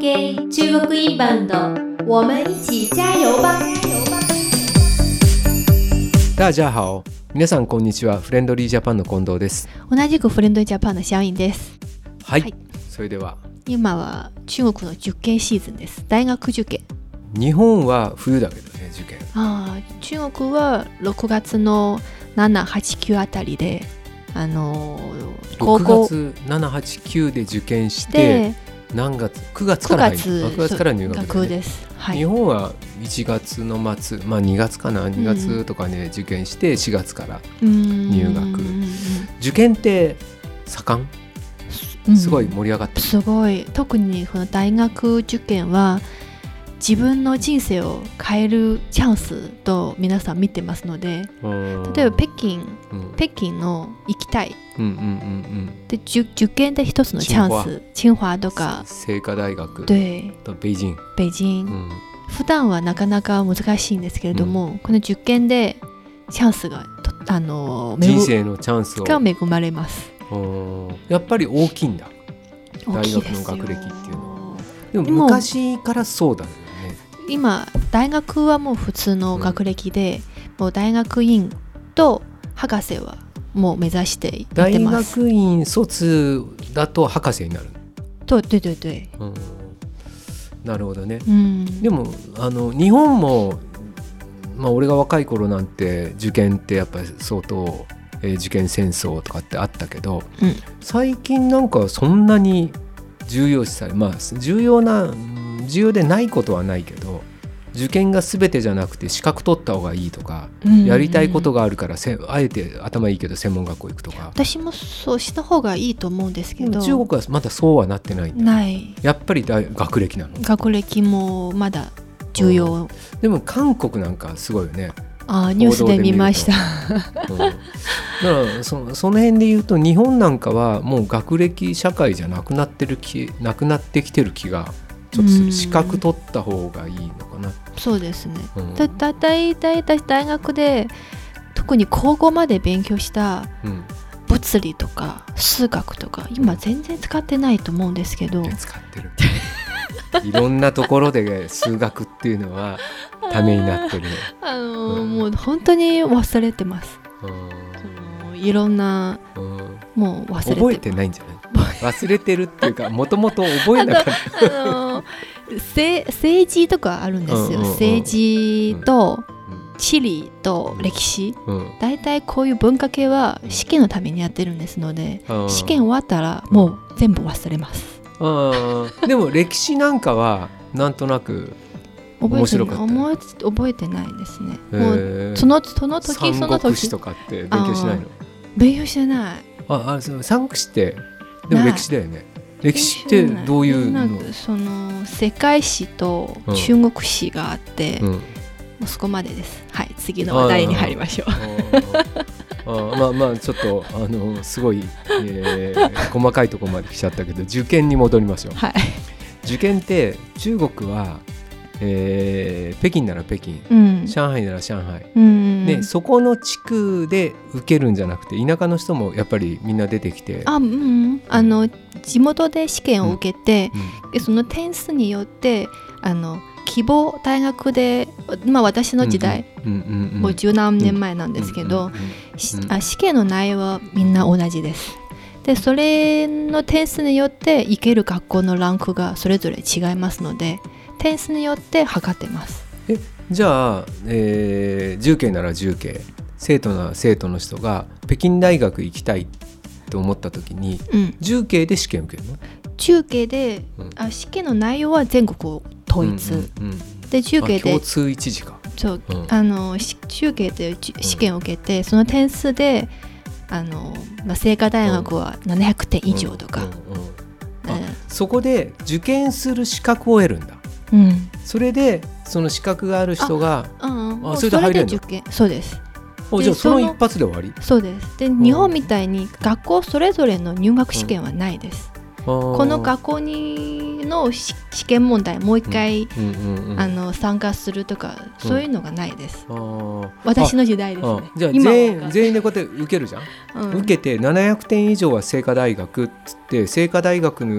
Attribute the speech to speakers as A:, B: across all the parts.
A: 系中国インバウンド，我们一起加油吧！
B: 大家好，皆さんこんにちは。フレンドリージャパンの近藤です。
C: 同じくフレンドジャパンのシャオインです。
B: はい。
C: はい
B: それでは
C: 今は中国の受験シーズンです。大学受験。
B: 日本は冬だけどね受験。
C: ああ、中国は6月の7、8、9あたりで、あのー高
B: 6
C: 校
B: 月789で受験して
C: で
B: 何月9月か
C: 9
B: ら入
C: 月
B: るあ9月から入学だよね
C: 学です。は
B: 日
C: い。
B: 本は1月の末まあ2月かな2月とかね、受験して4月から入
C: 入
B: 学受験って盛んすごい盛り上がった、
C: すごい特にこの大学受験は自分の人生を変えるチャンスと皆さん見てますので
B: うん
C: 例えば北京
B: うん
C: 北京の行きたい
B: うんうんうん
C: で受受験で一つのチャンス清華と
B: うん
C: か
B: 清華大学と
C: 对
B: 北京、
C: 北京、
B: うん、
C: 普段はなかなか難しいんですけれども、この受験でチャンスがとあの
B: 人生のチャンスを
C: が恵まれます
B: うんやっぱり大きいんだ
C: 大きいですよ
B: 大学の学歴っていうのでも
C: でも
B: 昔からそうだよね
C: 今大学はもう普通の学歴で、もう大学院と博士はもう目指していって
B: 大
C: ます
B: 学院卒だと博士になる、
C: と对对对
B: うん、なるほどね
C: うん
B: でもあの日本も、まあ、俺が若い頃なんて受験ってやっぱり相当、えー受験戦争とかってあったけど、
C: うん
B: 最近なんかそんなに重要視されまあ重要なうん重要でないことはないけど受験が全てじゃなくて資格取った方がいいとか、
C: うん
B: やりたいことがあるからせあえて頭いいけど専門学校行くとか
C: 私もそうした方がいいと思うんですけ
B: でも
C: ど
B: 中国はまだそうはなってないんだ
C: ない
B: やっぱり大学歴なの
C: 学歴もまだ重要、
B: でも韓国なんかすごいよね
C: あーニュースで見ました
B: うんだからそその辺で言うと日本なんかはもう学歴社会じゃなくなってる気なくなってきてる気がちょっとす
C: う
B: る
C: ん
B: 資格取った方がいいのかな、
C: そうですね
B: うん
C: だだだいたい大学で特に高校まで勉強した
B: うん
C: 物理とか数学とか今全然使ってないと思うんですけど
B: 使ってるいろんなところで数学っていうのはためになってる、
C: あのー
B: うん
C: もう本当に忘れてます
B: うん
C: いろんな
B: うん
C: もう忘れて
B: 覚えてないんじゃない忘れてるって いうかもともと覚えなかった
C: あのーせ政治とかあるんですよ、
B: うんうんうん
C: 政治と
B: うん
C: 地理と歴史
B: うん
C: 大体こういう文化系は試験のためにやってるんですので
B: うん
C: 試験終わったらもう全部忘れます
B: うんでも歴史なんかはなんとなく
C: 覚
B: 面
C: えて
B: 白
C: ない
B: かった
C: 思い覚えてないですね
B: へ
C: もう
B: ー
C: そのその時そ
B: 三
C: の
B: 国史
C: 時
B: とかって勉強しないの
C: 勉強してない
B: ああそう三国史ってでも
C: ない
B: 歴史だよね歴史ってどういうの
C: なんかその世界史と中国史があって、
B: う
C: も
B: ん、
C: うそこまでですはい次の話題に入りましょう
B: あーあーまあまあちょっとあのすごい、えー細かいところまで来ちゃったけど受験に戻りましょう
C: はい
B: 受験って中国は、えー北京なら北京
C: うん
B: 上海なら上海
C: うん
B: でそこの地区で受けるんじゃなくて田舎の人もやっぱりみんな出てきて、
C: あうんあの地元で試験を受けて、
B: う
C: でその点数によってあの希望大学でまあ私の時代、、
B: うんうんうんうん
C: もう十何年前なんですけど、
B: うんうんうん
C: し
B: うん
C: あ試験の内容はみんな同じです。でそれの点数によって行ける学校のランクがそれぞれ違いますので点数によって測ってます。
B: じゃあ、えー、重慶なら重慶生徒なら生徒の人が北京大学行きたいと思った時に
C: うん、
B: 重慶で試験受けるの
C: 中継で、
B: うん
C: あ試験の内容は全国統一、
B: うんうんうん
C: で中継
B: あ共
C: で
B: 通一時か、
C: そう
B: うん
C: あのし中継でじ試験を受けてその点数であの、まあ、清華大学は700点以上と
B: う
C: か、
B: んうんうんそこで受験する資格を得るんだ
C: うんうん
B: それでその資格がある人が
C: うんもう
B: それ
C: そ
B: で入
C: れ
B: れ
C: で
B: るの
C: 受験そうです。
B: お
C: で
B: じゃあその
C: その
B: 一発で終わり
C: そうですで日本みたいに学校それぞれの入学試験はないです、
B: こ
C: この学校にのし試験問題もう一回、
B: うんうんうん、
C: あの参加するとかそういうのがないです、
B: あー
C: 私の時代です
B: あ
C: ね
B: あじゃあ
C: 今は
B: 全員全員でこうやって受けるじゃん、
C: うん
B: 受けて700点以上は清華大学っつって清華大学の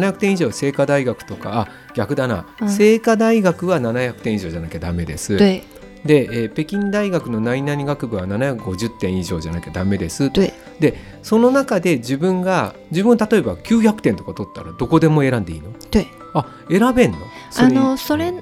B: 700点以上は清華大学とかあ逆だな、
C: うん
B: 清華大学は700点以上じゃなきゃダメですで、
C: 对
B: えー北京大学の何々学部は750点以上じゃなきゃダメです
C: 对
B: その中で自分が自分例えば900点とか取ったらどこでも選んでいいの
C: 对
B: あ選べんのそ
C: あ
B: れ
C: のそれ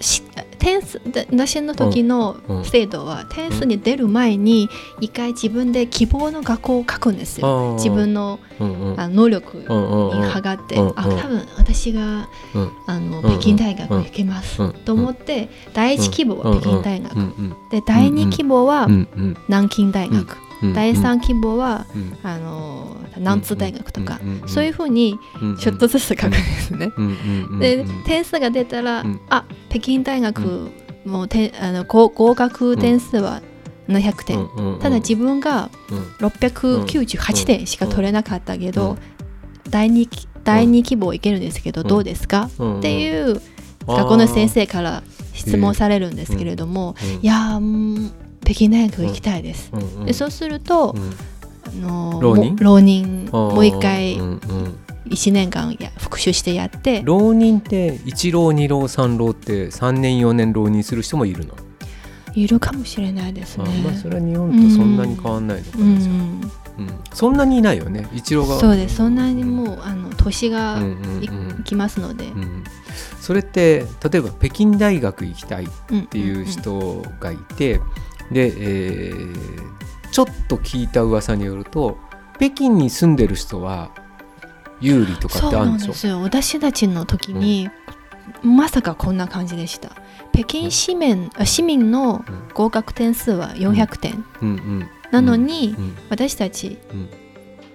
C: し点数で私の時の
B: うん
C: 制度は点数に出る前に一回自分で希望の学校を書くんですよ
B: あー
C: 自分の
B: うんうん
C: あの能力に
B: うんうんうん
C: 測って
B: うんうん
C: あ多分私が
B: うん
C: あの
B: うんうん
C: 北京大学行けます
B: うん
C: と思って第一希望は北京大
B: う
C: 学
B: んうん
C: で第二希望は
B: うんうん
C: 南京大
B: うん
C: 学
B: うん
C: 第三希望は
B: うん
C: あの南通大学とか
B: うんうんうん
C: そういうふうに
B: うん
C: ちょっとずつ書くんですね。
B: うんうんうん
C: で
B: うん
C: 点数が出たら、
B: うん
C: あ北京大学もて、あの合合格点数は700点、
B: うんうんうん
C: ただ自分が
B: うん
C: 698点しか取れなかったけど、
B: うん
C: 第二き第二希望いけるんですけど
B: うん
C: どうですか、
B: うん
C: って
B: う
C: いう
B: あー
C: 学校の先生から質問されるんですけれども、
B: ん
C: いやーうん北京大学行きたいです、
B: うんうん
C: でそうすると、
B: うん
C: あの
B: 浪人
C: も浪人
B: あー
C: もう一回
B: うんうん
C: 1年間や復習してやって
B: 浪人って一浪二浪三浪って三年四年浪人する人もいるの
C: いるかもしれないです
B: あ
C: ね。
B: まあそれは日本とそんなに変わんないのか
C: う
B: なじゃあ
C: ん、
B: うんそんなにいないよね一浪が
C: そうですそんなにもうあの年が
B: うんうん
C: い,、
B: うん
C: きますので、
B: うんそれって例えば北京大学行きたい
C: っ
B: っていう人がいて、で、えーちょっと聞いた噂によると北京に住んでる人は有利とか
C: そ
B: っ
C: う
B: てあ
C: な
B: るん
C: ん
B: でしょ
C: ですよ私たちの時に、まさかこんな感じでした北京市民,あ、市民
B: う
C: の
B: ん
C: 合格点数は400点、
B: うんうん
C: なのに、
B: うん
C: 私たち
B: うん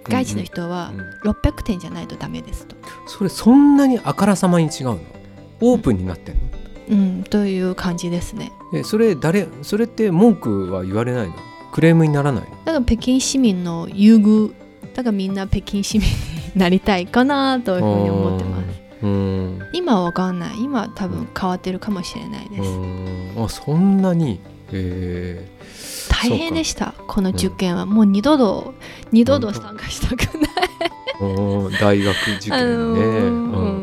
C: 外地の人は
B: うんうん
C: 600点じゃないとダメですと。
B: それそんなにあからさまに違うのオープンになってんの、
C: うん、という感じですね。
B: えそれ誰それって文句は言われないのクレームにならないの
C: だから北京市民の優遇だからみんな北京市民になりたいかなというふうに思ってます。
B: うん
C: 今はわかんない今多分変わってるかもしれないです、
B: うんあそんなにえ
C: 大変でしたこの受験は、もう二度と二度と参加したくない、
B: ーうん大学受
C: あ
B: 験
C: の
B: ね、
C: ー
B: う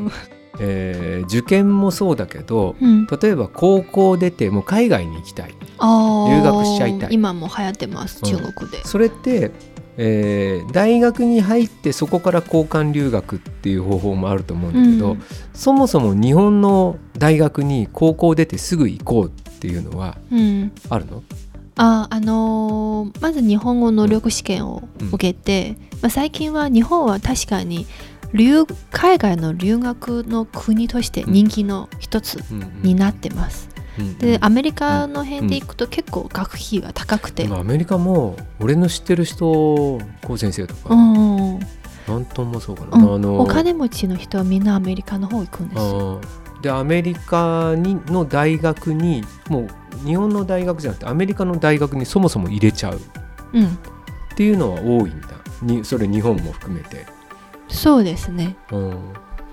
B: んえー受験もそうだけど
C: うん
B: 例えば高校出てもう海外に行きたい
C: あー
B: 留学しちゃいたい
C: 今も流行ってます
B: うん
C: 中国で、
B: それって、えー大学に入ってそこから交換留学っていう方法もあると思うんだけど、
C: うん
B: そもそも日本の大学に高校出てすぐ行こうっていうのは
C: うん
B: あるの、
C: あーあのーまず日本語能力試験を受けて、まあ、最近は日本は確かに留海外の留学の国として人気の一つになってます、
B: うんうん
C: でアメリカの辺で行くと結構学費が高くて、
B: でもアメリカも俺の知ってる人こう先生と
C: う
B: か、
C: んうんうん
B: なんともそうかな、
C: うん
B: あの
C: お金持ちの人はみんなアメリカの方行くんですよ。
B: あーでアメリカにの大学にもう日本の大学じゃなくてアメリカの大学にそもそも入れちゃうっ
C: うん、
B: ていうのは多いんだにそれ日本も含めて、
C: そうですね。
B: うん、だか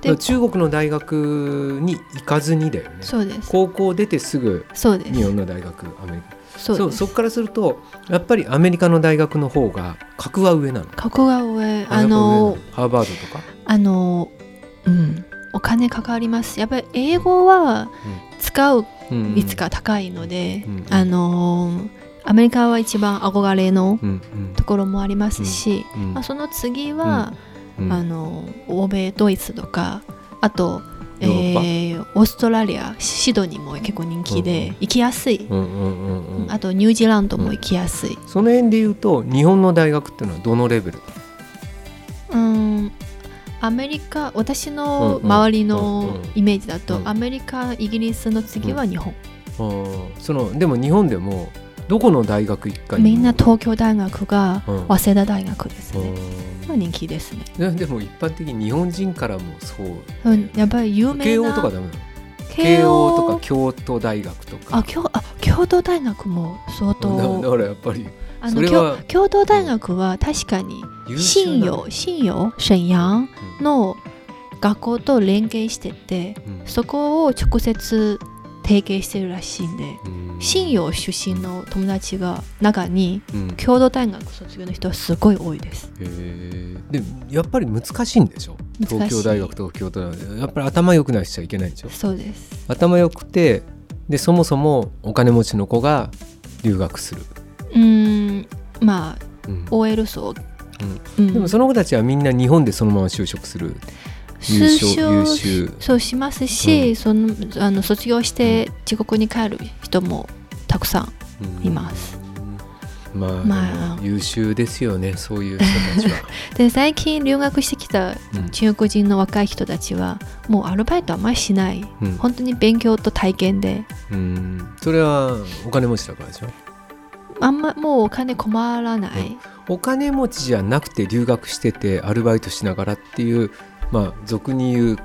C: で
B: ら、中国の大学に行かずにだよね
C: そうです。
B: 高校出てすぐ
C: そうで
B: 日本の大学アメリカ
C: す。そう
B: そ
C: です。
B: こからするとやっぱりアメリカの大学の方が格は上なの
C: ここが上、あ
B: やっぱ上な
C: の、
B: ハーバードとか
C: あの、うん、お金かかります。やっぱり英語は使う
B: うん
C: 率が高いので、
B: うん
C: あの、アメリカは一番憧れの
B: うんうん
C: ところもありますし、
B: うん
C: まあ、その次は、
B: うん
C: あの、欧米、ドイツとか、あと、
B: ヨーロッパ
C: えーオーストラリア、シドニーも結構人気で、
B: うん
C: 行きやすい。
B: うんうんうんうん
C: あとニュージーランドも行きやすい。
B: その辺で言うと日本の大学っていうのはどのレベル
C: うん、アメリカ、私
B: う
C: の
B: んうん
C: 周り
B: うんう
C: の
B: ん
C: イメージだと、
B: うん
C: アメリカ、イギリスの次は日本。
B: そのでも日本でもどこの大学一回
C: みんな東京大学が
B: うん
C: 早稲田大学ですね。まあ
B: ね
C: 人気ですね。
B: でも一般的に日本人からもそう
C: うん、やっぱり有名な
B: 慶応とかダメなの
C: 慶
B: 慶応と
C: 応
B: か京都大学とか
C: あ京あ京都大学も相
B: だだ
C: 当
B: からやっぱり
C: あ
B: そ
C: の
B: れは
C: 京京都大学は確かに
B: 優秀
C: 信
B: な
C: 用信用沈陽の学校と連携してて
B: うん
C: そこを直接提携してるらしいんで
B: うん
C: 信用出身の友達が中に
B: うんへ
C: 共同大学卒業の人はすごい多いです
B: えでやっぱり難しいんでしょ
C: 難しい
B: 東京大学とか京都大学やっぱり頭良くないしちゃいけないんでしょ
C: そうです
B: 頭良くてでそもそもお金持ちの子が留学する、
C: うーんまあ
B: うん
C: OL 層、
B: でもその子たちはみんな日本でそのまま就職する優
C: 推
B: 秀優
C: 奨し
B: 秀
C: そうしますし、
B: うん
C: そのあの卒業して自国に帰る人もたくさんいます。
B: まあ、
C: まあ
B: でも優秀ですよねそういう人たち は、
C: で最近留学してきた中国人の若い人たちはもうアルバイトあんまりしない
B: うんうん
C: 本当に勉強と体験で
B: うんそれはお金持ちだからでしょ
C: あんまもうお金困らない、
B: お金持ちじゃなくて留学しててアルバイトしながらっていうまあ俗に言う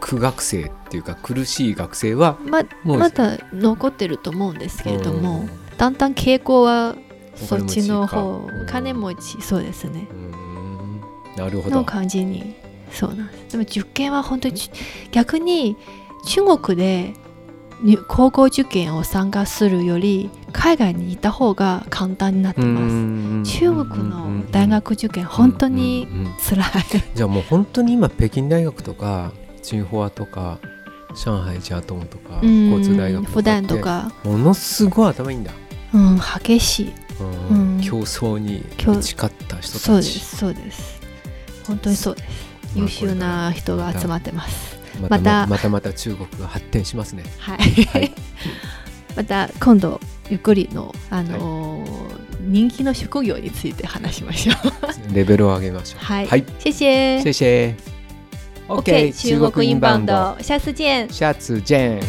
B: 苦学生っていうか苦しい学生は
C: ま
B: もう
C: まだ残ってると思うんですけれども、
B: うん
C: だんだん傾向は
B: お金
C: そっ
B: 持
C: ちの
B: か
C: 方
B: うん
C: お金持ちそうですね
B: うんなるほ
C: の
B: ど
C: 感じにそうなんですでも受験は本当にち逆に中国でに高校受験を参加するより海外に行った方が簡単になってます
B: す
C: 中国の大学受験本当に辛い
B: じゃあもう本当に今北京大学とかチンホアとか上海ジャートンとか
C: うん
B: 交通大学
C: 普段と
B: って
C: か、
B: ものすごい頭いいんだ、
C: うん、激しい
B: うん
C: うん
B: 競争に
C: 競
B: 打ち勝った人
C: そう
B: た
C: で
B: ち
C: すそうです本当にそうです
B: まあ
C: 優秀な人が集まってます
B: ま
C: また
B: またまた中国が発展しますね。
C: はい、
B: はい、
C: また今度ゆっくりの、あのー人気の職業について話しましょう
B: レベルを上げましょう。
C: はい
B: はい、
C: 谢谢
B: 谢谢。
C: OK 中国インバウンド下次见
B: 下次见。